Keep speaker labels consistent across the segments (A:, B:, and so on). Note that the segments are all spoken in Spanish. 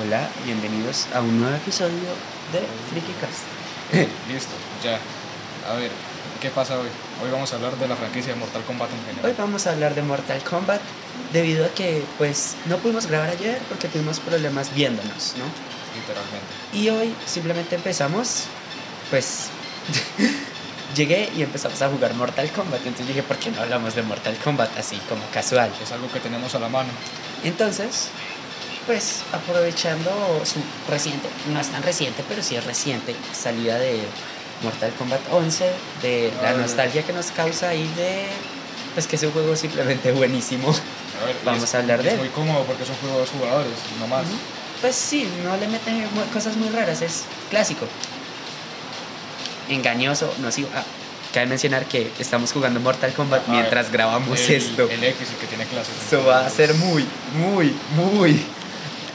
A: Hola, bienvenidos a un nuevo episodio de FreakyCast.
B: Listo, ya. A ver, ¿qué pasa hoy? Hoy vamos a hablar de la franquicia de Mortal Kombat en general.
A: Hoy vamos a hablar de Mortal Kombat debido a que pues no pudimos grabar ayer porque tuvimos problemas viéndonos, ¿no?
B: Literalmente.
A: Y hoy simplemente empezamos, pues llegué y empezamos a jugar Mortal Kombat. Entonces dije, ¿por qué no hablamos de Mortal Kombat así como casual?
B: Es algo que tenemos a la mano.
A: Entonces, pues aprovechando su reciente, no es tan reciente, pero sí es reciente, salida de Mortal Kombat 11, de la
B: Ay.
A: nostalgia que nos causa y de, pues que es un juego simplemente buenísimo.
B: A ver,
A: Vamos
B: es-
A: a hablar de
B: Es
A: él.
B: muy cómodo porque son juegos de dos jugadores, no más.
A: Ujú. Pues sí, no le meten mu- cosas muy raras, es clásico. Engañoso, no sí. ah, cabe mencionar que estamos jugando Mortal Kombat
B: A
A: mientras
B: ver,
A: grabamos
B: el,
A: esto.
B: El X, el que tiene clases.
A: Esto va a ser muy, muy, muy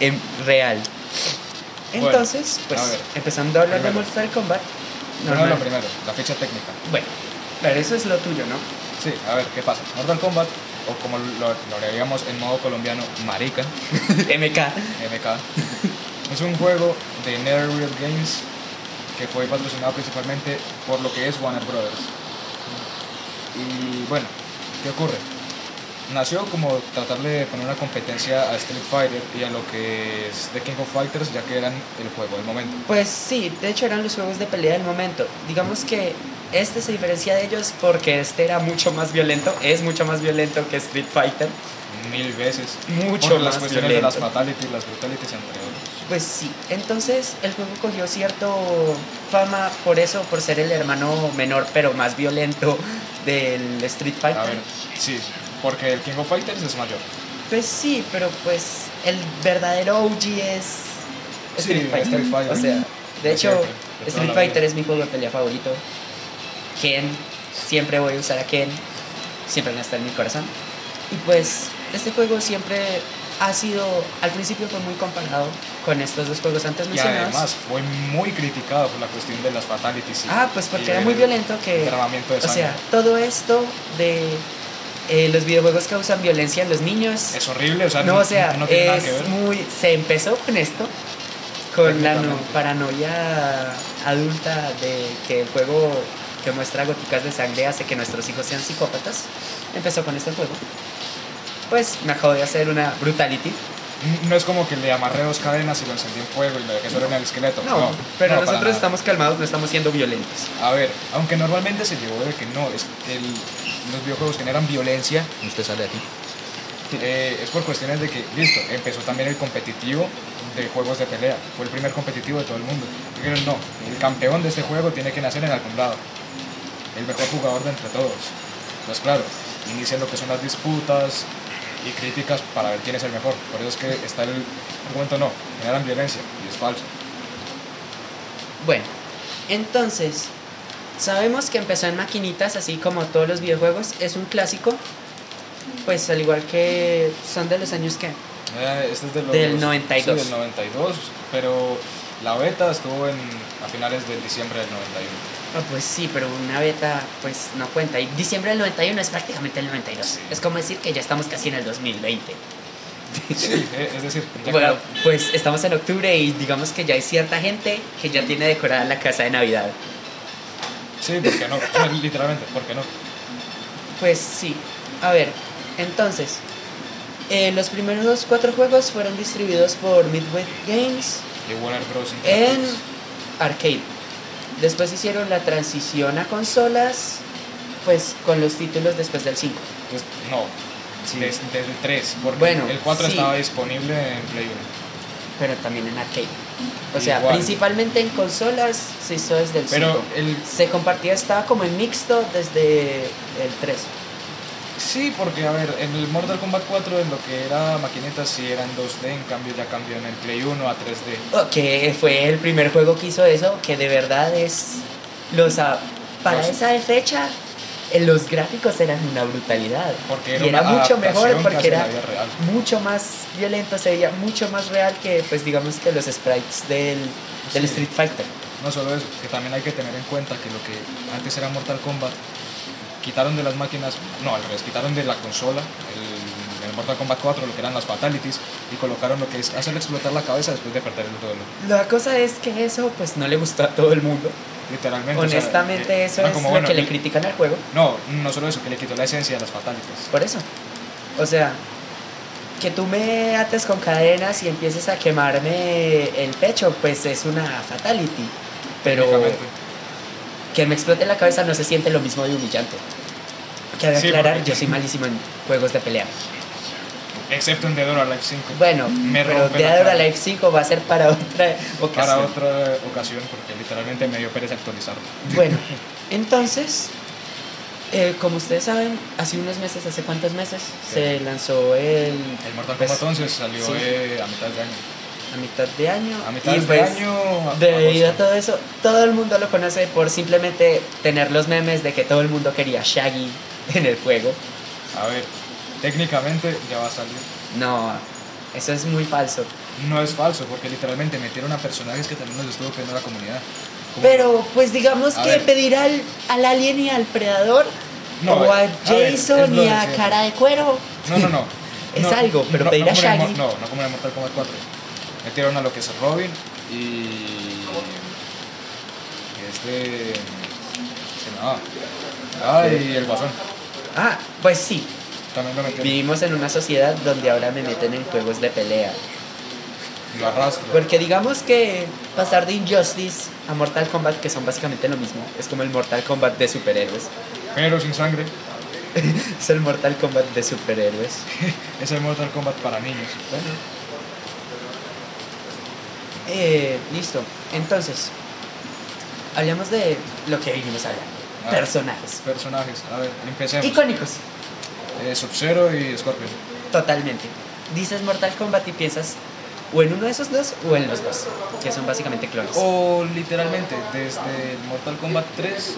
A: en real.
B: em, Bueno,
A: Entonces,
B: a
A: pues
B: ver.
A: empezando a hablar de
B: Primero.
A: Mortal Kombat.
B: No, no,
A: normal.
B: lo primero, la ficha técnica.
A: Bueno, pero eso es lo tuyo, ¿no?
B: Sí, a ver, ¿qué pasa? Mortal Kombat, o como lo, lo leíamos en modo colombiano, Marica,
A: MK.
B: MK, es un juego de NetherRealm Games que fue patrocinado principalmente por lo que es Warner Brothers. Y bueno, ¿qué ocurre? Nació como tratarle de poner una competencia a Street Fighter y a lo que es The King of Fighters, ya que eran el juego del momento.
A: Pues sí, de hecho eran los juegos de pelea del momento. Digamos que este se diferencia de ellos porque este era mucho más violento, es mucho más violento que Street Fighter.
B: Mil veces.
A: Mucho
B: Por las
A: más
B: cuestiones de
A: violento.
B: las fatalities, las brutalities, entre otros.
A: Pues sí, entonces el juego cogió cierto fama por eso, por ser el hermano menor pero más violento del Street Fighter.
B: A ver, sí, porque el King of Fighters es mayor.
A: Pues sí, pero pues el verdadero OG es
B: Sí,
A: Street Fighter.
B: Street Fighter.
A: O sea, de
B: De
A: hecho,
B: siempre, de toda
A: Street
B: la
A: Fighter
B: vida.
A: es mi juego de pelea favorito. Ken, siempre voy a usar a Ken, siempre van a estar en mi corazón. Y pues este juego siempre ha sido, al principio fue muy comparado con estos dos juegos antes
B: Y
A: mencionados.
B: además fue muy criticado por la cuestión de las fatalities. y-
A: ah, pues porque
B: y
A: era
B: el
A: muy violento que...
B: derramamiento de
A: O sea,
B: sangre.
A: todo esto de eh, los videojuegos causan violencia en los niños.
B: es horrible, o sea,
A: No, o sea,
B: no tiene nada que
A: es
B: ver.
A: muy. Se empezó con esto, con la no-
B: Técnicamente.
A: paranoia adulta de que el juego que muestra goticas de sangre hace que nuestros hijos sean psicópatas. Empezó con este juego. Pues me acabo de hacer una brutality.
B: No es como que le amarré dos cadenas y lo encendí en fuego y lo dejé solo en el esqueleto.
A: No,
B: No,
A: pero
B: no, para
A: nosotros
B: nada.
A: estamos calmados, no estamos siendo violentos.
B: A ver, aunque normalmente se llevó de que no, es el- los videojuegos generan violencia.
A: Usted sale aquí.
B: eh, es por cuestiones de que, listo, empezó también el competitivo de juegos de pelea. Fue el primer competitivo de todo el mundo. Dijeron, no, el campeón de este juego tiene que nacer en algún lado. El mejor jugador de entre todos. Pues claro, inician lo que son las disputas y críticas para ver quién es el mejor. Por eso es que está el argumento, no, generan violencia y es falso.
A: Bueno, entonces, sabemos que empezó en maquinitas, así como todos los videojuegos, es un clásico. Pues al igual que son de los años que.
B: Eh, este es de los-
A: Del 92.
B: sí, del 92, pero la beta estuvo en, a finales del diciembre del 91.
A: Ah, pues sí, pero una beta pues no cuenta. Y diciembre del 91 es prácticamente el 92.
B: Sí.
A: Es como decir que ya estamos casi en el 2020.
B: Sí, eh, es decir, ya
A: Bueno,
B: que-
A: pues estamos en octubre y digamos que ya hay cierta gente que ya tiene decorada la casa de Navidad.
B: sí, ¿por qué no? O sea, Literalmente, ¿por qué no?
A: Pues sí. A ver, entonces, eh, los primeros cuatro juegos fueron distribuidos por Midway Games
B: Y Warner Bros.
A: en
B: Interactive.
A: arcade. Después hicieron la transición a consolas, pues con los títulos después del 5.
B: Entonces, no, des- desde el 3, porque
A: Bueno,
B: el 4
A: sí.
B: estaba disponible en Play 1.
A: pero también en arcade. O sea,
B: Igual.
A: principalmente en consolas se hizo desde el 5.
B: Pero el
A: Se compartía, estaba como en mixto desde el 3.
B: Sí, porque a ver, en el Mortal Kombat 4 en lo que era maquineta sí eran 2D, en cambio ya cambió en el Play 1 a 3D.
A: Oh, Que fue el primer juego que hizo eso, que de verdad es... Los, a- para
B: Los-
A: esa fecha, eh, los gráficos eran una brutalidad.
B: Porque
A: Y era
B: una
A: mucho mejor
B: adaptación
A: porque
B: casi a la
A: era-
B: vida real.
A: Mucho más violento, se veía mucho más real que, pues digamos que los sprites del, del
B: Sí.
A: Street Fighter.
B: No solo eso, que también hay que tener en cuenta que lo que antes era Mortal Kombat, quitaron de las máquinas, no, al revés, quitaron de la consola el, el en Mortal Kombat 4 lo que eran las fatalities y colocaron lo que es hacer explotar la cabeza después de perder el duelo.
A: La cosa es que eso pues no le gustó a todo el mundo.
B: Literalmente. o sea,
A: Honestamente
B: eh,
A: eso
B: no,
A: es
B: como,
A: lo
B: bueno,
A: que le
B: y-
A: critican al juego.
B: No, no solo eso, que le quitó la esencia de las fatalities.
A: Por eso. O sea, que tú me ates con cadenas y empieces a quemarme el pecho, pues es una fatality. Pero
B: técnicamente.
A: que me explote la cabeza no se siente lo mismo de humillante. Cabe
B: Sí,
A: aclarar,
B: porque-
A: yo soy malísimo en juegos de pelea.
B: Excepto en Dead or Alive 5.
A: Bueno,
B: Me
A: pero
B: rompe
A: Dead
B: la
A: or
B: cara.
A: Alive 5 va a ser para otra ocasión.
B: Para otra ocasión, porque literalmente me dio pereza actualizarlo.
A: Bueno, entonces, eh, como ustedes saben, hace unos meses, hace cuántos meses, se lanzó el,
B: El Mortal
A: pues,
B: Kombat 11 salió
A: sí.
B: eh, a mitad de año.
A: a mitad de año.
B: A mitad
A: y
B: de
A: pues,
B: año. a-
A: Debido a
B: agosto.
A: todo eso, todo el mundo lo conoce por simplemente tener los memes de que todo el mundo quería Shaggy en el juego.
B: A ver, técnicamente ya va a salir.
A: No, eso es muy falso.
B: No es falso, porque literalmente metieron a personajes que también nos estuvo pidiendo la comunidad. Como-
A: Pero pues digamos
B: A
A: que
B: ver.
A: pedir al, al alien y al predador,
B: No,
A: o a
B: ver, es lo
A: Jason
B: de
A: y a
B: siempre.
A: Cara de Cuero,
B: No, no, no.
A: Es
B: No,
A: algo, pero pedir a
B: como en Mo-
A: Shaggy.
B: No, no como en el Mortal Kombat 4. Metieron a lo que es Robin y. Este. Se me va. Ah, y el Guasón.
A: Ah, pues sí,
B: También lo metieron.
A: vivimos en una sociedad donde ahora me meten en juegos de pelea.
B: Lo arrastro.
A: Porque digamos que pasar de Injustice a Mortal Kombat, que son básicamente lo mismo, es como el Mortal Kombat de superhéroes.
B: Pero sin sangre.
A: Es el Mortal Kombat de superhéroes.
B: Es el Mortal Kombat para niños.
A: Bueno. Eh, listo. Entonces, hablemos de lo que vinimos hablando.
B: Ah.
A: Personajes.
B: Personajes. A ver, empecemos.
A: Icónicos.
B: Eh, Sub-Zero y Scorpion.
A: Totalmente. Dices Mortal Kombat y piensas o en uno de esos dos o en los dos, que son básicamente clones.
B: O literalmente, desde el Mortal Kombat 3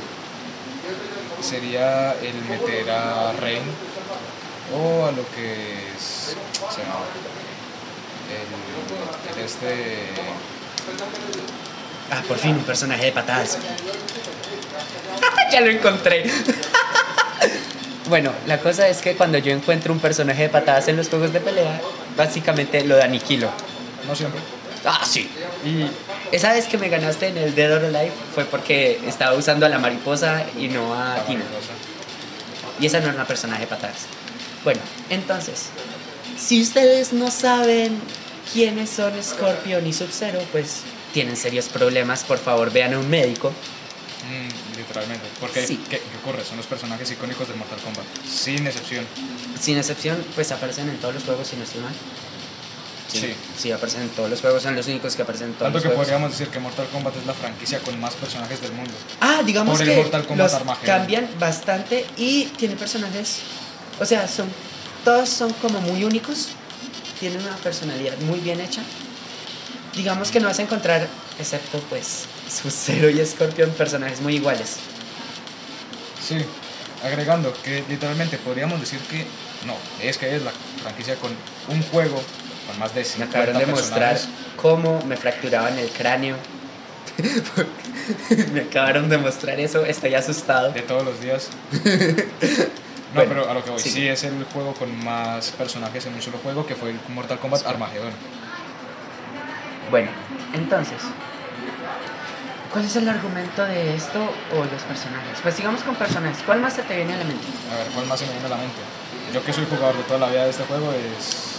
B: sería el meter a Rain o a lo que es. se llama, el, el este.
A: Ah, por fin, un personaje de patadas. ya lo encontré. bueno, la cosa es que cuando yo encuentro un personaje de patadas en los juegos de pelea, básicamente lo aniquilo.
B: No siempre.
A: Ah, sí.
B: Y
A: Esa vez que me ganaste en el Dead or Alive fue porque estaba usando a la mariposa y no a
B: la
A: Tina.
B: mariposa.
A: Y esa no era una personaje para atrás. Bueno, entonces, si ustedes no saben quiénes son Scorpion y Sub-Zero, pues tienen serios problemas. Por favor, vean a un médico.
B: Mm, literalmente. Porque,
A: Sí.
B: ¿qué, qué ocurre? Son los personajes icónicos del Mortal Kombat. Sin excepción.
A: Sin excepción, pues aparecen en todos los juegos, si no estoy mal.
B: Sí.
A: Sí, aparecen en todos los juegos, son los únicos que aparecen en todos
B: Tanto
A: los
B: que
A: juegos.
B: podríamos decir que Mortal Kombat es la franquicia con más personajes del mundo.
A: Ah, digamos
B: Por el
A: que
B: Mortal Kombat
A: los
B: Armageddon.
A: cambian bastante y tiene personajes, o sea, son todos son como muy únicos, tienen una personalidad muy bien hecha. Digamos que no vas a encontrar, excepto pues Sub-Zero y Scorpion, personajes muy iguales.
B: Sí, agregando que literalmente podríamos decir que no, es que es la franquicia con un juego con más de
A: Me
B: 50
A: acabaron de mostrar
B: personajes.
A: cómo me fracturaban el cráneo. me acabaron de mostrar eso, estoy asustado.
B: de todos los días. No,
A: Bueno,
B: pero a lo que voy,
A: sí.
B: sí. es el juego con más personajes en un solo juego que fue el Mortal Kombat Armageddon.
A: Bueno, entonces, ¿cuál es el argumento de esto o los personajes? Pues sigamos con personajes. ¿Cuál más se te viene a la mente?
B: A ver, ¿cuál más se me viene a la mente? Yo que soy jugador de toda la vida de este juego es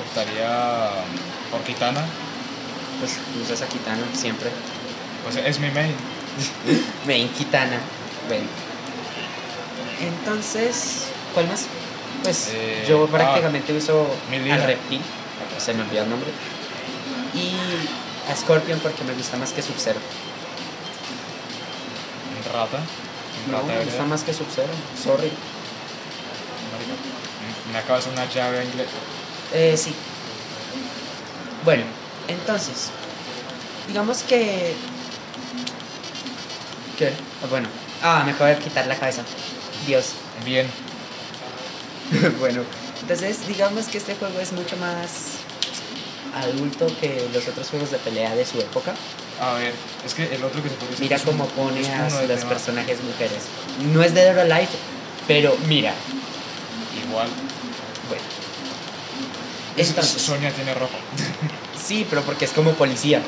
B: optaría por Kitana,
A: Pues usas a Kitana siempre.
B: pues es mi main.
A: Ven, Kitana. Ven. Entonces, ¿cuál más? Pues
B: Eh,
A: yo
B: ah,
A: prácticamente uso
B: mi
A: al
B: líder.
A: reptil, se me olvidó el nombre, y a Scorpion porque me gusta más que Sub-Zero.
B: Rata.
A: No,
B: Rata
A: me
B: de
A: gusta
B: verdad.
A: más que Sub-Zero, sorry.
B: Marica, Me acaba de hacer una llave inglés.
A: Eh, sí. Bueno, entonces, digamos que... ¿Qué? Ah, Bueno, ah, me acabo de quitar la cabeza. Dios.
B: Bien.
A: bueno, entonces digamos que este juego es mucho más adulto que los otros juegos de pelea de su época.
B: A ver, es que el otro que se puede decir
A: Mira
B: que es
A: cómo
B: un-
A: pone
B: es
A: a
B: uno de
A: las
B: tema.
A: personajes mujeres. No es de Dora Life, pero mira.
B: Igual,
A: Bueno, Entonces,
B: Sonia tiene rojo.
A: sí, pero porque es como policía.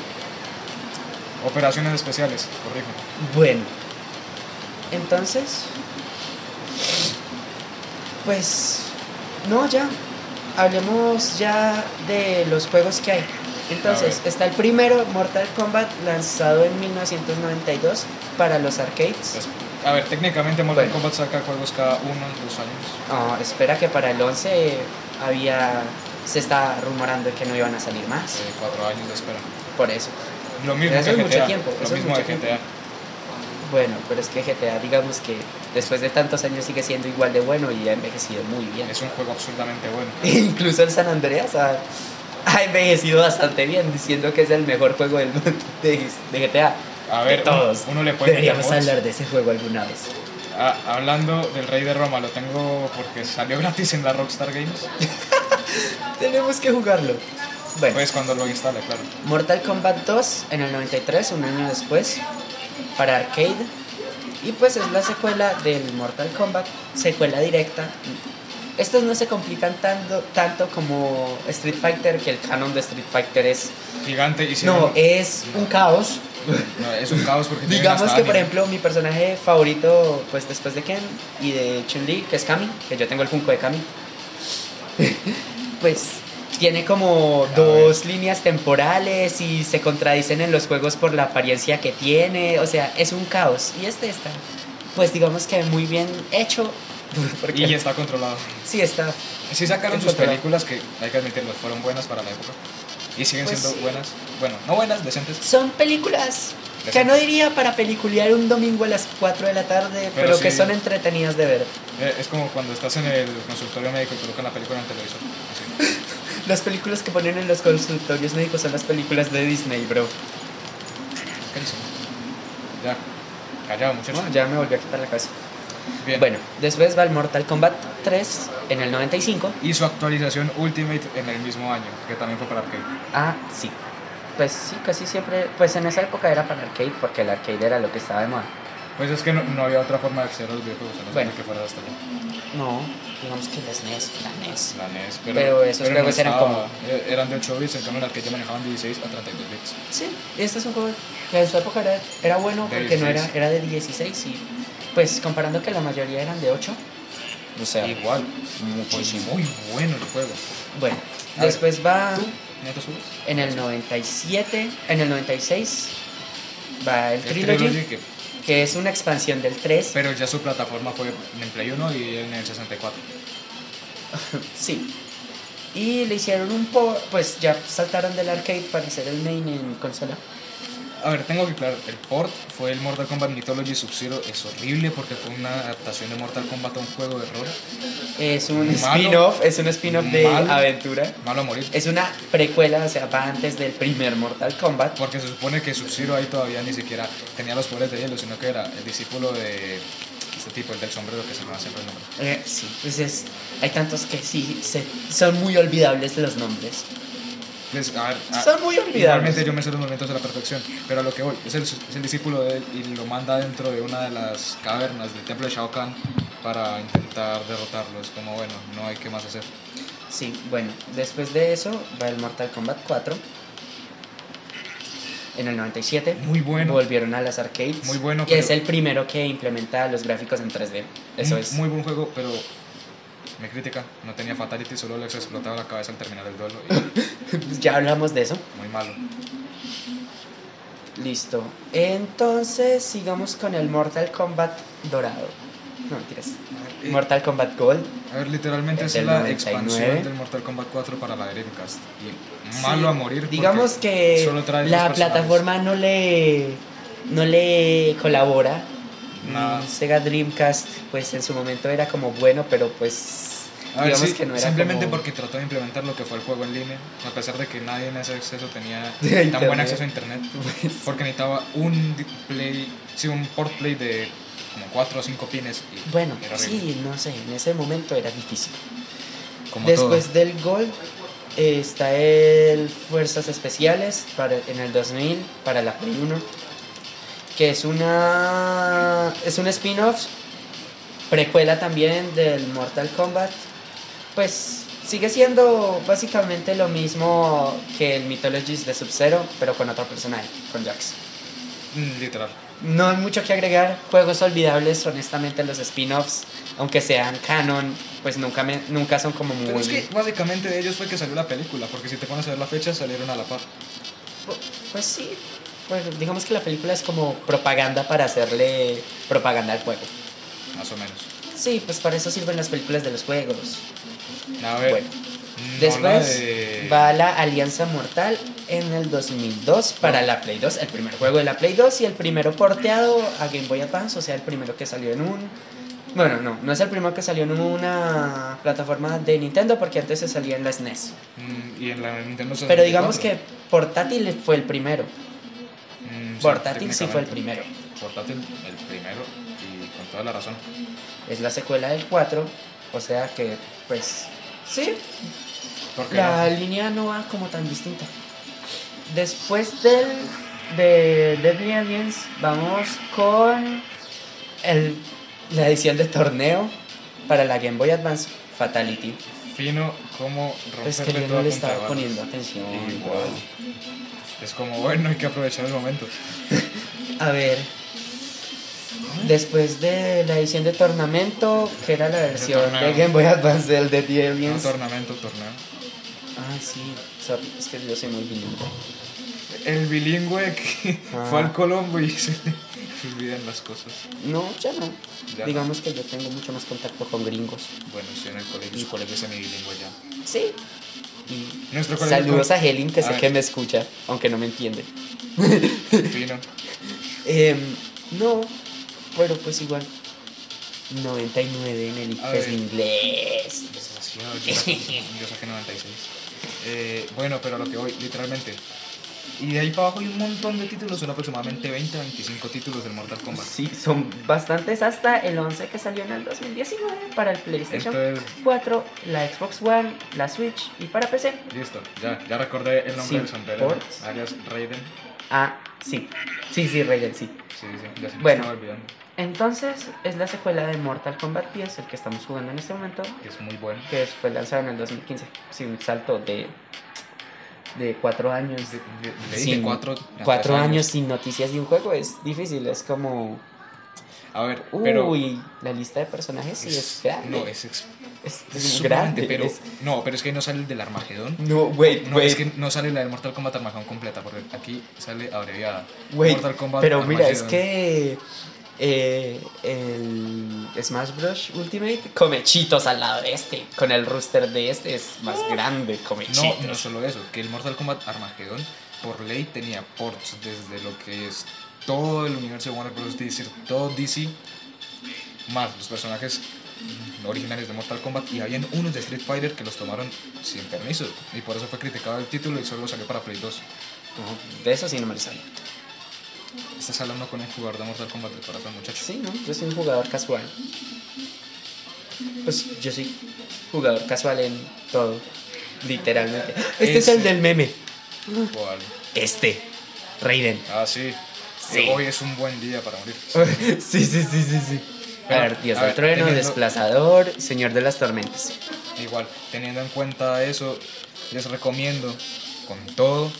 B: Operaciones especiales, corrijo.
A: Bueno, entonces, pues, no, ya, hablemos ya de los juegos que hay. Entonces,
B: A ver.
A: está el primero, Mortal Kombat, lanzado en 1992 para los arcades.
B: Entonces, a ver, técnicamente Mortal
A: Bueno.
B: Kombat saca juegos cada uno, dos años.
A: Ah, espera que para el 11 había, se está rumorando que no iban a salir más,
B: eh, cuatro años de espera.
A: por eso.
B: Lo mismo
A: Eso
B: que
A: es
B: GTA.
A: mucho tiempo,
B: lo
A: eso es
B: mismo
A: mucho
B: de
A: tiempo.
B: GTA.
A: Bueno, pero es que GTA, digamos que después de tantos años sigue siendo igual de bueno y ha envejecido muy bien.
B: Es un juego absolutamente bueno.
A: Incluso el San Andreas ha, ha envejecido bastante bien, diciendo que es el mejor juego del mundo de, de GTA.
B: A ver,
A: De todos.
B: uno le puede meter
A: Deberíamos
B: bots.
A: hablar de ese juego alguna vez.
B: Ah, hablando del Rey de Roma, lo tengo porque salió gratis en la Rockstar Games.
A: Tenemos que jugarlo. Bueno,
B: Pues cuando lo instale, claro.
A: Mortal Kombat 2 en el 93, un año después, para arcade. Y pues es la secuela del Mortal Kombat, secuela directa. Estos no se complican tanto, tanto como Street Fighter, que el canon de Street Fighter es...
B: Gigante y si
A: No, eh, es un caos.
B: no, es un caos porque tienen
A: Digamos
B: hasta
A: que, por
B: anime.
A: ejemplo, mi personaje favorito, pues después de Ken y de Chun-Li, que es Kami, que yo tengo el Funko de Kami, pues tiene como
B: A
A: dos líneas temporales y se contradicen en los juegos por la apariencia que tiene, o sea, es un caos. Y este está, pues digamos que muy bien hecho, porque
B: Y está controlado.
A: sí está,
B: Sí sacaron
A: Es
B: sus
A: controlado.
B: películas que, hay que admitirlo, fueron buenas para la época. Y siguen
A: Pues
B: siendo
A: sí.
B: buenas. Bueno, no buenas, decentes.
A: Son películas que
B: Decentes.
A: no diría para peliculear un domingo a las 4 de la tarde, pero,
B: Pero
A: que
B: sí.
A: son entretenidas de ver.
B: Eh, es como cuando estás en el consultorio médico y colocan la película en el televisor. Así.
A: Las películas que ponen en los consultorios médicos son las películas de Disney, bro.
B: ¿Qué dicen? Ya. Callado, muchachos.
A: No, ya me volvió a quitar la cabeza.
B: Bien.
A: Bueno, después va el Mortal Kombat 3 en el 95.
B: Y su actualización Ultimate en el mismo año, que también fue para arcade.
A: Ah, sí. Pues sí, casi siempre. Pues en esa época era para arcade, porque el arcade era lo que estaba de moda.
B: Pues es que no, no había otra forma de acceder a los videojuegos, a no
A: Bueno.
B: ser que fuera hasta allá.
A: No, digamos que las NES, la E NES.
B: La NES,
A: Pero esos juegos eran
B: estaba- eh, Eran de 8 bits, en cambio en el arcade ya manejaban 16 a 32 bits.
A: Sí, este es un juego que en su época era, era bueno
B: De
A: porque no era,
B: 16.
A: era de 16 y pues comparando que la mayoría eran de 8. O sea,
B: Igual, pues
A: muchísimo.
B: muy bueno el juego.
A: Bueno,
B: A ver,
A: después va...
B: ¿Tú no te subes?
A: En el 97, en el 96 va el,
B: El
A: Trilogy,
B: Trilogy, Este, que-
A: que es una expansión del 3.
B: pero ya su plataforma fue en el Play 1 y en el 64.
A: Sí. Y le hicieron un po... Pues ya saltaron del arcade para hacer el main en consola.
B: A ver, tengo que aclarar, el port fue el Mortal Kombat Mythology Sub-Zero, es horrible porque fue una adaptación de Mortal Kombat a un juego de rol,
A: Es un
B: Malo.
A: spin-off, es un spin-off de
B: Malo.
A: aventura.
B: malo a morir,
A: Es una precuela, o sea, va antes del primer Mortal Kombat.
B: porque se supone que Sub-Zero ahí todavía ni siquiera tenía los poderes de hielo, sino que era el discípulo de este tipo, el del sombrero que se me va siempre el nombre.
A: Eh, sí, pues es- hay tantos que sí, se- son muy olvidables los nombres.
B: Pues, a ver, a-
A: son muy olvidables.
B: Igualmente yo me sé los momentos a la perfección, pero a lo que voy, es el, es el discípulo de él y lo manda dentro de una de las cavernas del templo de Shao Kahn para intentar derrotarlo. Es como, bueno, no hay que más hacer.
A: Sí, bueno, después de eso va el Mortal Kombat 4. En el 97
B: Muy bueno.
A: volvieron a las arcades.
B: Muy bueno,
A: Y
B: pero-
A: es el primero que implementa los gráficos en 3D. Eso
B: muy,
A: es.
B: Muy buen juego, pero me critica. No tenía fatality, solo les explotaba la cabeza al terminar el duelo. Y
A: ya hablamos de eso.
B: muy malo.
A: Listo. Entonces sigamos con el Mortal Kombat dorado. No, mentiras.
B: Eh.
A: Mortal Kombat Gold.
B: A ver, literalmente es
A: Eh, Del
B: la
A: 99.
B: expansión del Mortal Kombat 4 para la Dreamcast. Y
A: Sí,
B: malo a morir. porque
A: Digamos que
B: solo trae tres
A: la
B: personajes.
A: plataforma no le no le colabora.
B: Nada.
A: Mm, Sega Dreamcast, pues en su momento era como bueno, pero pues
B: A ver,
A: digamos
B: Ah, sí,
A: que no era
B: simplemente
A: como-
B: porque trató de implementar lo que fue el juego en línea, a pesar de que nadie en ese acceso tenía
A: De
B: tan
A: internet.
B: buen acceso a internet, porque necesitaba un di- play, sí, un port play de como 4 o 5 pines y
A: bueno,
B: era horrible,
A: sí, no sé, en ese momento era difícil.
B: como
A: Después
B: todo.
A: del Gold eh, está el Fuerzas Especiales para en el 2000 para la Play 1, que es una es un spin-off precuela también del Mortal Kombat. Pues Sigue siendo básicamente lo mismo que el Mythologies de Sub-Zero, pero con otro personaje, con Jax.
B: Mm, Literal.
A: No hay mucho que agregar, juegos olvidables, honestamente los spin-offs, aunque sean canon, pues nunca, me- nunca son como muy...
B: Pero es que básicamente de ellos fue que salió la película, porque si te pones a ver la fecha, salieron a la par.
A: Pu- Pues sí, pues digamos que la película es como propaganda para hacerle propaganda al juego.
B: Más o menos.
A: Sí, pues para eso sirven las películas de los juegos.
B: A ver.
A: Bueno,
B: no la
A: Después
B: de-
A: va la Alianza Mortal en el 2002 para la Play 2, el primer juego de la Play 2 y el primero porteado a Game Boy Advance, o sea, el primero que salió en un... Bueno, no, no es el primero que salió en una plataforma de Nintendo porque antes se salía en la SNES.
B: Mm, y en la Nintendo
A: Pero digamos
B: 64.
A: que portátil fue el primero.
B: Mm, sí,
A: Portátil sí fue el
B: técnicamente.
A: primero.
B: Portátil el primero y con toda la razón.
A: Es la secuela del 4, o sea que, pues, sí,
B: Porque
A: La
B: era-
A: línea no va como tan distinta. Después del, de Deadly Aliens, vamos con el, la edición de torneo para la Game Boy Advance Fatality.
B: fino como
A: Es
B: romperle
A: que yo no le
B: toda punta de
A: estaba
B: balas.
A: poniendo atención. bro.
B: Igual. Es como bueno, hay que aprovechar el momento.
A: A ver. Después de la edición de tornamento, que era la versión de
B: torneo.
A: Game Boy Advance del Deadly
B: No
A: Aliens.
B: tornamento, torneo.
A: Ah, sí. sorry, es que yo soy muy bilingüe.
B: El bilingüe que
A: Ah.
B: fue al Colombo y se le se olvidan las cosas.
A: No, ya no.
B: Ya no.
A: Digamos que yo tengo mucho más contacto con gringos.
B: Bueno, sí, en el colegio, su colegio es semibilingüe ya.
A: Sí. Y
B: Nuestro colegio
A: saludos a Helen, que
B: A
A: sé
B: ver.
A: que me escucha, aunque no me entiende.
B: fino.
A: Em, no, pero pues igual. 99 en el
B: A
A: ICFES de
B: ver.
A: inglés.
B: Desgraciado, yo saqué, yo saqué 96. Eh, bueno, pero a lo que voy, literalmente. Y de ahí para abajo hay un montón de títulos, son aproximadamente 20 25 títulos del Mortal Kombat.
A: Sí, son bastantes hasta el 11 que salió en el 2019 para el PlayStation
B: Entonces,
A: 4, la Xbox One, la Switch y para PC.
B: listo, ya, ya recordé el nombre
A: Sí,
B: del sombrero.
A: por-
B: Alias Raiden.
A: Ah, sí. Sí, sí, Raiden, sí.
B: Sí, sí, ya se me
A: Bueno.
B: estaba olvidando.
A: Entonces, es la secuela de Mortal Kombat 10, el que estamos jugando en este momento,
B: Que es muy bueno.
A: que fue lanzado en el 2015. Sí, un salto de, de cuatro años.
B: De, de- de-
A: Sin-
B: de cuatro, a
A: cuatro
B: tres
A: años. sin noticias de un juego es difícil, es como...
B: A ver,
A: Uy,
B: pero.
A: la lista de personajes sí es
B: es-
A: grande.
B: No, es, ex-
A: es,
B: es
A: es
B: sumamente,
A: grande,
B: pero.
A: es-
B: No, pero es que ahí no sale el del Armagedón.
A: No, wait,
B: No,
A: wait,
B: es que no sale la del Mortal Kombat Armagedón completa, porque aquí sale abreviada.
A: wait.
B: Mortal Kombat
A: Pero mira, es
B: Armageddon.
A: que... eh, el Smash Bros. Ultimate come chitos al lado de este. Con el rooster de este es más grande, come
B: No,
A: chitos.
B: no solo eso, que el Mortal Kombat Armageddon por ley tenía ports desde lo que es todo el universo de Warner Bros. es decir, todo DC, más los personajes originales de Mortal Kombat y habían unos de Street Fighter que los tomaron sin permiso y por eso fue criticado el título y solo salió para Play 2.
A: No, de eso sí no me lo sabía.
B: Estás hablando con un jugador de Mortal Kombat de corazón, muchacho.
A: Sí, ¿no? Yo soy un jugador casual. Pues yo soy jugador casual en todo, literalmente. Este es el
B: Ese.
A: del meme.
B: ¿Cuál?
A: Este, Raiden.
B: Ah, sí.
A: Sí.
B: Hoy es un buen día para morir.
A: Sí, sí, sí, sí, sí. A
B: Pero,
A: ver, Dios
B: a
A: del
B: ver,
A: Trueno,
B: teniendo-
A: Desplazador, Señor de las Tormentas.
B: Igual, teniendo en cuenta eso, les recomiendo con todo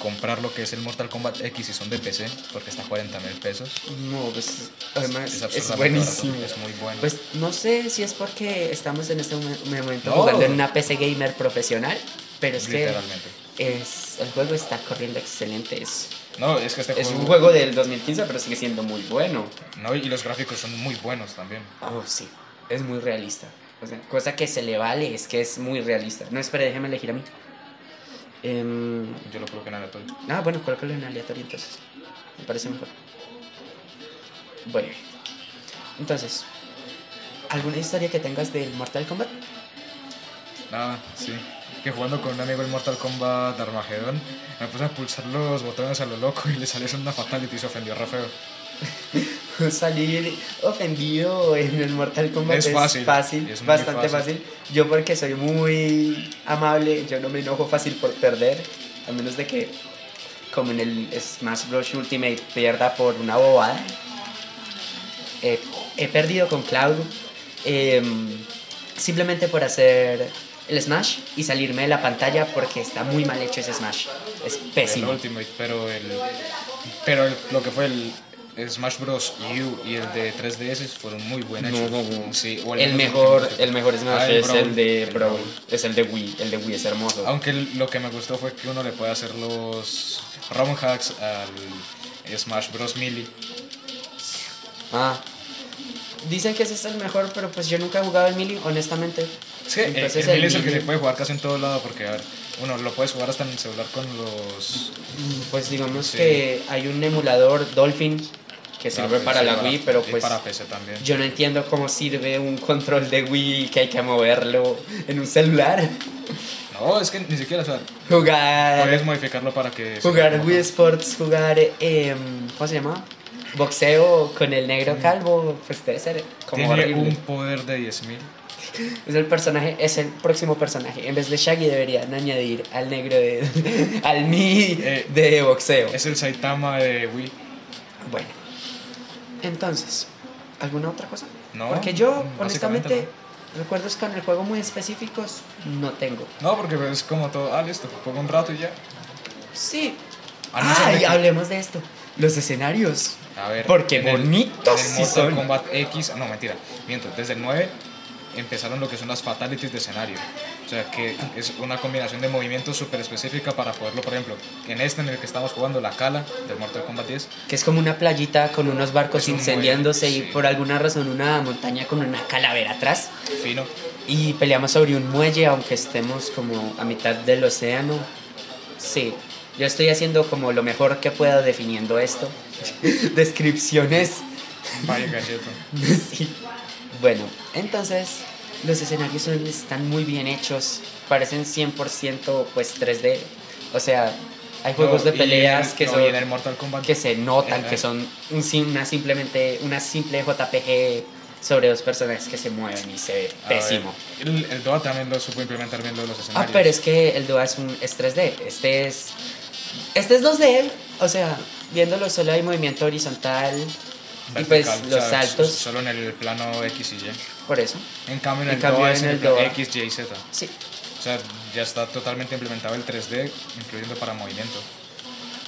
B: comprar lo que es el Mortal Kombat X si son de PC, porque está a 40 mil pesos.
A: No, pues además es,
B: absurdamente
A: buenísimo.
B: barato, es muy bueno.
A: Pues no sé si es porque estamos en este mo- momento
B: No.
A: jugando en una PC gamer profesional, pero es que
B: literalmente.
A: es, el juego está corriendo excelente. Es
B: No, es que este
A: Es
B: juego,
A: un juego del 2015, pero sigue siendo muy bueno.
B: No, y los gráficos son muy buenos también.
A: Oh, sí. Es muy realista. O sea, cosa que se le vale es que es muy realista. No, espera, déjame elegir a mí. Em,
B: Yo lo coloqué en aleatorio.
A: ah, bueno, colócalo en aleatorio entonces. Me parece mejor. Bueno. Entonces, ¿alguna historia que tengas del Mortal Kombat?
B: Ah, sí. Que jugando con un amigo el Mortal Kombat Armageddon, me puse a pulsar los botones a lo loco y le salió una fatality y se ofendió re feo.
A: Salir ofendido en el Mortal Kombat es,
B: Es fácil,
A: fácil,
B: es muy
A: bastante fácil.
B: fácil.
A: Yo porque soy muy amable, yo no me enojo fácil por perder, a menos de que como en el Smash Bros. Ultimate pierda por una bobada. Eh, he perdido con Cloud em, simplemente por hacer el Smash y salirme de la pantalla porque está muy mal hecho ese Smash. Es
B: El
A: pésimo.
B: Ultimate, pero el. Pero el- lo que fue el. Smash Bros. U y el de 3DS fueron muy buenos.
C: No, no, no.
B: Sí, o al
C: El
B: menos
C: mejor,
B: últimos que-
C: el mejor Smash
B: Ah,
C: es
B: Brawl,
C: el de Brawl,
B: Brawl.
C: es el de Wii, el de Wii es hermoso.
B: Aunque el- lo que me gustó fue que uno le puede hacer los ROM hacks al Smash Bros. Melee.
C: Ah,
A: Dicen que ese es el mejor, pero pues yo nunca he jugado el Melee, honestamente.
B: Sí, el, el
A: Entonces, el
B: Melee es el que
A: Melee-
B: se puede jugar casi en todo lado porque, a ver, uno lo puedes jugar hasta en el celular con los...
A: Mm, Pues digamos
B: Sí.
A: que hay un emulador Dolphin que sirve para la Wii, pero
B: y
A: pues
B: para PC también.
A: yo no entiendo cómo sirve un control de Wii que hay que moverlo en un celular.
B: No, es que ni siquiera, o sea,
A: Jugar,
B: puedes modificarlo para que... se-
A: Eh, jugar Wii Sports, jugar, em, ¿cómo se llama? Boxeo con el negro calvo, pues debe ser como
B: Tiene
A: horrible.
B: un poder de 10.000.
A: Es el personaje, es el próximo personaje. En vez de Shaggy deberían añadir al negro de, al Mi
B: Eh,
A: de boxeo.
B: Es el Saitama de Wii.
A: Bueno, entonces, ¿alguna otra cosa?
B: No,
A: Porque yo,
B: básicamente
A: honestamente, recuerdos con el juego muy específicos no tengo.
B: No, porque es como todo, ah, listo, pongo un rato y ya.
A: Sí.
B: A no ser de
A: Ay,
B: que-
A: hablemos de esto. Los escenarios.
B: A ver,
A: Porque
B: en el-
A: bonitos
B: en el
A: sí
B: Mortal
A: son.
B: Kombat X, ah, no mentira, miento, desde el 9 empezaron lo que son las fatalities de escenario. O sea que es una combinación de movimientos súper específica para poderlo, por ejemplo, en este en el que estamos jugando, la Kala del Mortal Kombat 10,
A: Que es como una playita con unos barcos
B: Es Pues un
A: incendiándose
B: muelle,
A: y
B: sí.
A: por alguna razón una montaña con una calavera atrás.
B: fino.
A: Y peleamos sobre un muelle aunque estemos como a mitad del océano. Sí, yo estoy haciendo como lo mejor que pueda definiendo esto. Descripciones.
B: Vaya cacheto.
A: Sí. Bueno, entonces los escenarios son- están muy bien hechos, parecen 100% pues 3D. O sea, hay juegos
B: No,
A: de
B: y
A: peleas
B: en el-
A: que
B: no,
A: son
B: y en el Mortal Kombat
A: que se notan
B: Ajá.
A: que son un sim- una simplemente una simple JPG sobre dos personajes que se mueven y se ve
B: a ver,
A: pésimo.
B: el, el Dota también lo supo implementar bien lo de los
A: Ah,
B: escenarios.
A: pero es que el Dua es un es 3D, este es este es 2D, o sea, viéndolo solo hay movimiento horizontal y pues
B: Vertical,
A: los
B: o sea,
A: saltos
B: Solo en el plano X y Y.
A: por eso.
B: En cambio, en
A: En
B: el
A: cambio,
B: Dota es
A: en
B: en
A: el
B: el plano
A: Dota-
B: X, Y y Z.
A: Sí,
B: O sea, ya está totalmente implementado el 3D, incluyendo para movimiento.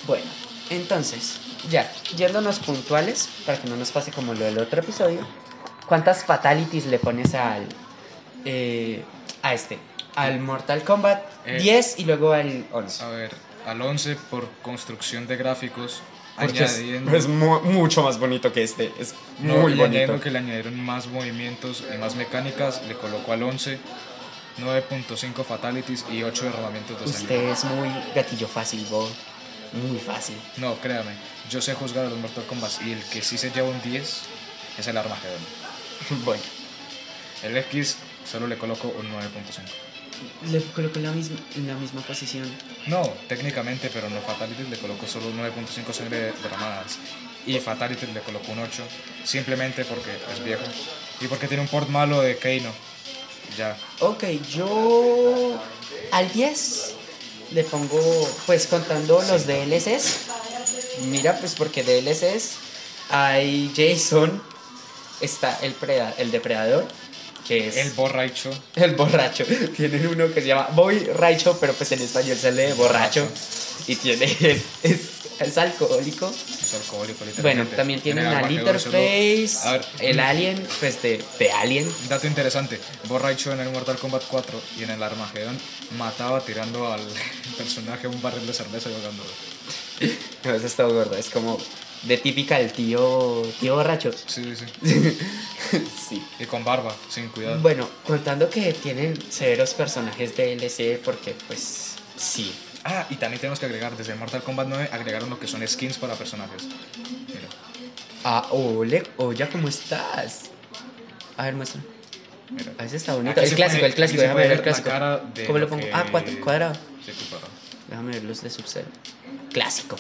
A: Bueno, entonces, ya, yéndonos puntuales, para que no nos pase como lo del otro episodio, ¿cuántas fatalities le pones al. eh, a este? Al Mortal Kombat
B: Eh.
A: 10 y luego al 11.
B: A ver, al 11 por construcción de gráficos,
C: porque es,
B: añadiendo,
C: es mu- mucho más bonito que este, es
B: no,
C: muy
B: y
C: bonito.
B: añadiendo que le añadieron más movimientos y más mecánicas, le colocó al 11 9.5 fatalities y 8 derramamientos de
A: Usted
B: sangre.
A: es muy gatillo fácil, Bob. Muy fácil.
B: No, créame, yo sé juzgar a los Mortal Kombat y el que sí se lleva un 10 es el Armagedón.
A: bueno,
B: El X solo le coloco un 9.5.
A: le coloco en la misma, en la misma posición.
B: No, técnicamente, pero no fatalities le coloco solo un 9.5 sangre derramadas. Y fatalities le coloco un 8, simplemente porque es viejo. Y porque tiene un port malo de Keino. Ya,
A: Ok, yo al 10 le pongo, pues contando los DLCs. Mira, pues porque DLCs hay Jason, está el, preda- el depredador, que es
B: El borracho.
A: el borracho. Tienen uno que se llama Bobby Raicho, pero pues en español se lee borracho. Y tiene, es, es alcohólico.
B: Es alcohólico, literalmente.
A: Bueno, también tienen
B: Tiene
A: a
B: agua,
A: Little
B: solo- A
A: Face,
B: ver.
A: el alien, pues de, de alien.
B: Dato interesante, Borracho en el Mortal Kombat 4 y en el Armagedón mataba tirando al personaje un barril de cerveza y ahogándolo.
A: No, eso está gordo, es como de típica el tío, tío borracho.
B: Sí, sí, sí.
A: sí.
B: Y con barba, sin cuidado.
A: Bueno, contando que tienen severos personajes de DLC porque pues sí.
B: Ah, y también tenemos que agregar, desde el Mortal Kombat 9 agregaron lo que son skins para personajes. Mira.
A: Ah, ole, olla, ¿cómo estás? A ver, muestra.
B: Mira.
A: A veces está bonito.
B: Aquí
A: El
B: se
A: clásico,
B: puede-
A: el clásico,
B: aquí se
A: déjame
B: puede
A: ver el
B: la
A: clásico.
B: cara de
A: ¿Cómo lo
B: lo
A: pongo?
B: que-
A: Ah, cuad- cuadrado.
B: Sí, tu barba.
A: Déjame ver los de sub Clásico.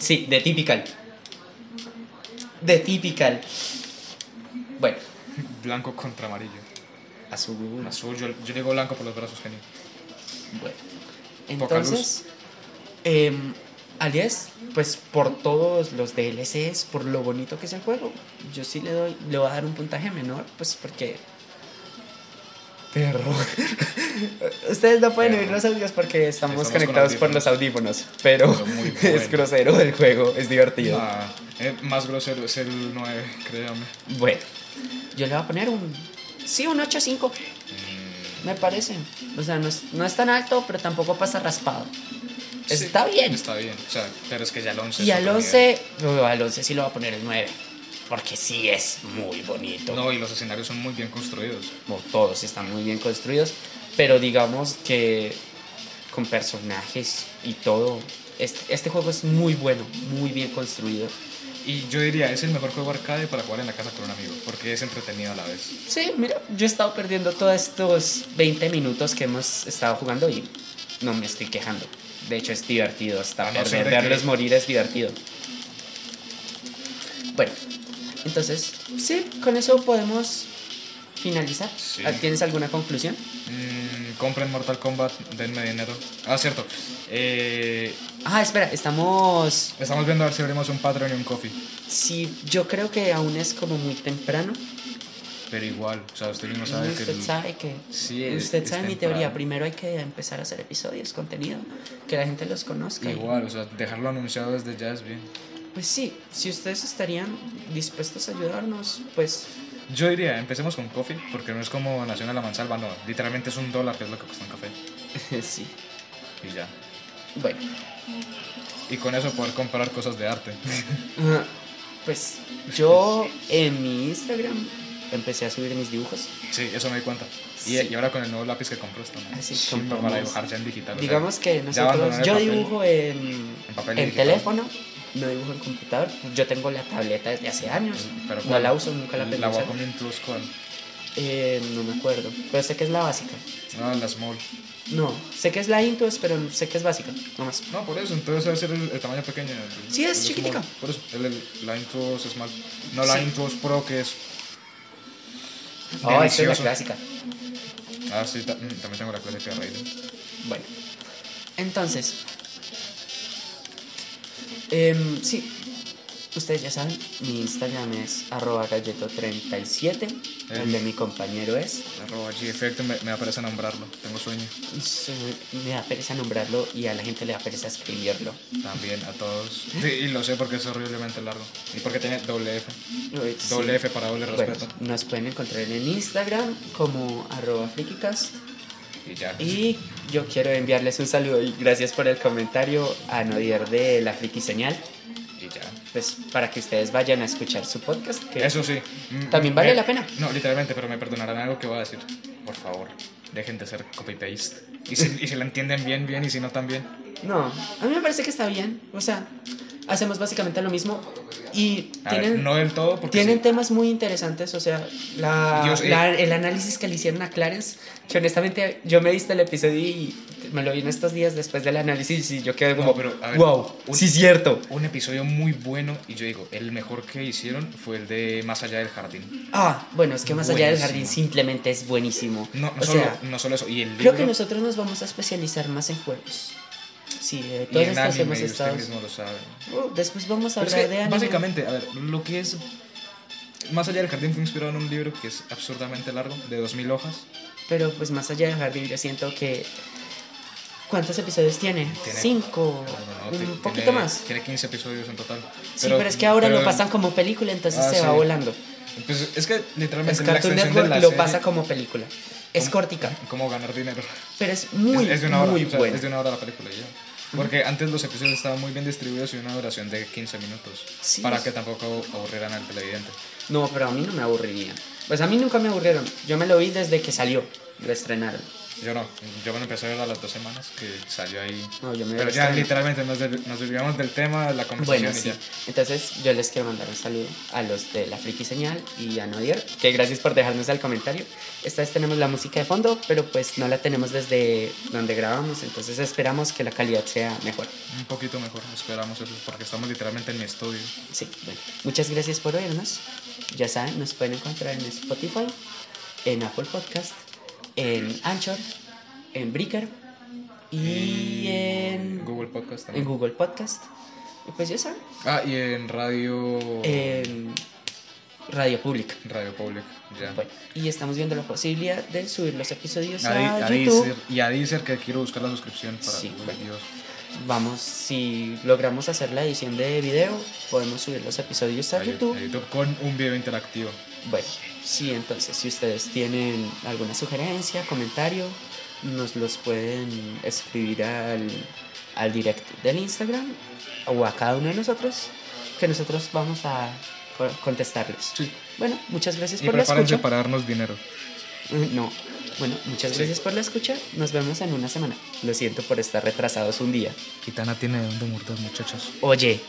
A: Sí, de Typical. De Typical. Bueno,
B: Blanco contra amarillo.
A: azul.
B: Azul, yo, yo digo blanco por los brazos, genio.
A: Bueno,
B: Poca luz.
A: entonces, em, al 10, pues por todos los DLCs, por lo bonito que es el juego, yo sí le doy, le voy a dar un puntaje menor, pues porque. Perro.
C: Ustedes no pueden
B: Pero-
C: oír los audios porque estamos
B: Estamos con
C: conectados por los audífonos, pero
B: Pero muy bueno.
C: es grosero el juego, es divertido.
B: Ah, eh, más grosero es el 9, créame.
C: Bueno,
A: Yo le voy a poner un. Sí, un 8.5,
B: Mm,
A: me parece. O sea, no es, no es tan alto, pero tampoco pasa raspado.
B: sí,
A: Está bien.
B: Está bien, o sea, pero es que ya el 11.
A: Y
B: es
A: al
B: otro nivel.
A: 11, no, al 11 sí lo voy a poner el 9. Porque sí es muy bonito.
B: No, y los escenarios son muy bien construidos.
A: Como todos están muy bien construidos. Pero digamos que con personajes y todo. Este, este juego es muy bueno, muy bien construido.
B: Y yo diría, es el mejor juego arcade para jugar en la casa con un amigo, porque es entretenido a la vez.
A: Sí, mira, yo he estado perdiendo todos estos 20 minutos que hemos estado jugando y no me estoy quejando. De hecho, es divertido hasta
B: A no ser
A: perder-
B: de que-
A: verlos morir es divertido. Bueno, entonces, sí, con eso podemos finalizar.
B: Sí.
A: ¿Tienes alguna conclusión?
B: Mm, compren Mortal Kombat, denme dinero. Ah, cierto. Eh,
A: Ah, espera, estamos...
B: estamos viendo a ver si abrimos un Patreon y un Coffee.
A: Sí, yo creo que aún es como muy temprano.
B: Pero igual, o sea, usted mismo
A: Y
B: sabe que...
A: usted
B: el-
A: sabe que...
B: Sí, es-
A: usted
B: es
A: sabe mi
B: temprano.
A: teoría. Primero hay que empezar a hacer episodios, contenido, que la gente los conozca. y-
B: Igual, o sea, dejarlo anunciado desde ya es bien.
A: Pues sí, si ustedes estarían dispuestos a ayudarnos, pues
B: Yo diría, empecemos con Coffee, porque no es como Nación a la Mansalva, no. Literalmente es un dólar, que es lo que cuesta un café.
A: sí.
B: Y ya.
A: Bueno,
B: Y con eso poder comprar cosas de arte.
A: ah, pues yo en mi Instagram empecé a subir mis dibujos.
B: sí, eso me di cuenta. Y,
A: Sí.
B: y ahora con el nuevo lápiz que compró está mal.
A: Ah, sí,
B: Chimba
A: compramos.
B: para dibujar ya en digital. o sea,
A: Digamos que
B: abandoné
A: nosotros,
B: el
A: yo
B: papel.
A: dibujo en,
B: En papel
A: en
B: digital.
A: teléfono, no dibujo en computador. Yo tengo la tableta desde hace años.
B: pero
A: No la uso, nunca la
B: La
A: pensé.
B: Wacom Intuos, ¿cuál?
A: Eh, no me acuerdo, pero sé que es la básica.
B: No, la Small.
A: No, sé que es la Intuos, pero sé que es básica, no más.
B: No, por eso, entonces debe ser el, el tamaño pequeño. el-
A: Sí, es
B: el
A: chiquitica.
B: Small. Por eso, el, el- la Intuos Small. No, la
A: Sí.
B: Intuos Pro, que es.
A: Oh, esta es la
B: delicioso.
A: clásica.
B: Ah, sí, ta- mm, también tengo la clásica Raiden.
A: Bueno, entonces, em, sí, ustedes ya saben, mi Instagram es arroba galleto37, el de
B: Eh.
A: mi compañero es,
B: Arroba G-Effect, me, me da pereza nombrarlo, tengo sueño.
A: se- me da pereza nombrarlo y a la gente le da pereza escribirlo.
B: También a todos. Sí, y lo sé porque es horriblemente largo. Y porque tiene doble F.
A: Eh, sí.
B: Doble F para doble
A: Bueno,
B: respeto.
A: nos pueden encontrar en Instagram como arroba frikicast
B: Y ya.
A: y yo quiero enviarles un saludo y gracias por el comentario a Nodier de La Friki Señal,
B: Y ya.
A: pues para que ustedes vayan a escuchar su podcast. Que
B: Eso sí. mm,
A: También vale
B: eh,
A: la pena.
B: No, literalmente, pero me perdonarán algo que voy a decir. Por favor, dejen de ser copy-paste. Y si, y si la entienden bien, bien, y si no, también.
A: No, a mí me parece que está bien. O sea, hacemos básicamente lo mismo y
B: A ver,
A: tienen,
B: no del todo, porque.
A: tienen
B: sí.
A: temas muy interesantes. O sea, la,
B: Dios, eh.
A: la- el análisis que le hicieron a Clarence, que honestamente yo me viste el episodio y me lo vi en estos días después del análisis y yo quedé como,
B: No, pero, a ver,
C: wow,
B: un-
C: sí cierto.
B: Un episodio muy bueno, y yo digo, el mejor que hicieron fue el de Más allá del jardín.
A: ah, bueno, es que más allá del jardín
B: Buenísimo.
A: simplemente es buenísimo.
B: No, no,
A: o
B: solo,
A: sea,
B: no solo eso, y el libro.
A: creo que nosotros nos vamos a especializar más en juegos. Sí, de
B: y
A: todas
B: en
A: estas
B: anime,
A: hemos
B: y usted
A: estado.
B: mismo lo sabe.
A: Uh, después vamos a
B: Pero es
A: hablar
B: que,
A: de anime.
B: Básicamente, a ver, lo que es. Más allá del jardín fue inspirado en un libro que es absurdamente largo, de 2000 hojas.
A: Pero pues más allá del jardín, yo siento que. ¿Cuántos episodios tiene?
B: Tiene-
A: Cinco.
B: No, no,
A: un
B: ti-
A: poquito
B: tiene-
A: más.
B: Tiene 15 episodios en total.
A: sí, pero es que ahora
B: pero-
A: lo pasan como película, entonces
B: Ah,
A: se va
B: sí.
A: volando.
B: Pues es que
A: Es
B: literalmente. la
A: Cartoon
B: extensión de
A: Network
B: la
A: lo
B: serie-
A: pasa como película. Es
B: ¿Cómo?
A: cortica,
B: Cómo ganar dinero.
A: pero es muy,
B: es, es de una hora,
A: muy
B: o sea,
A: buena.
B: es de una hora la película y ya. Porque antes los episodios estaban muy bien distribuidos y una duración de 15 minutos.
A: Sí.
B: Para que tampoco aburrieran al televidente.
A: No, pero a mí no me aburriría. Pues a mí nunca me aburrieron. Yo me lo vi desde que salió, lo estrenaron.
B: Yo no, yo me lo empecé a ver a las dos semanas que salió ahí.
A: No, yo me
B: Pero
A: lo
B: ya
A: estrenaron.
B: literalmente nos, desvi- nos desviamos del tema, de la conversación
A: Bueno,
B: y
A: sí.
B: ya.
A: Entonces yo les quiero mandar un saludo a los de La Friki Señal y a Nodier, que gracias por dejarnos el comentario. Esta vez tenemos la música de fondo, pero pues no la tenemos desde donde grabamos, entonces esperamos que la calidad sea mejor.
B: Un poquito mejor, esperamos eso, porque estamos literalmente en mi estudio.
A: Sí, bueno. Muchas gracias por oírnos. Ya saben, nos pueden encontrar en Spotify, en Apple Podcast, en Anchor, en Breaker y en,
B: Google Podcast
A: en
B: también.
A: Google Podcast. Y pues ya saben,
B: Ah, y en radio.
A: en Radio Pública.
B: Radio Public. Ya.
A: Bueno, y estamos viendo la posibilidad de subir los episodios
B: A
A: a,
B: Di- a
A: YouTube.
B: Deezer, y a Deezer que quiero buscar la suscripción para
A: Sí,
B: los
A: bueno.
B: videos.
A: Vamos, si logramos hacer la edición de video, podemos subir los episodios a
B: A
A: YouTube.
B: a YouTube con un video interactivo.
A: Bueno, sí, entonces si ustedes tienen alguna sugerencia, comentario, nos los pueden escribir al, al direct del Instagram o a cada uno de nosotros, que nosotros vamos a co- contestarles.
B: Sí.
A: Bueno, muchas gracias
B: Y
A: por la
B: prepárense
A: escucha.
B: para darnos dinero.
A: Eh, No, bueno, muchas
B: Sí.
A: gracias por la escucha. Nos vemos en una semana. Lo siento por estar retrasados un día.
B: Kitana tiene de dónde morder, muchachos.
A: Oye.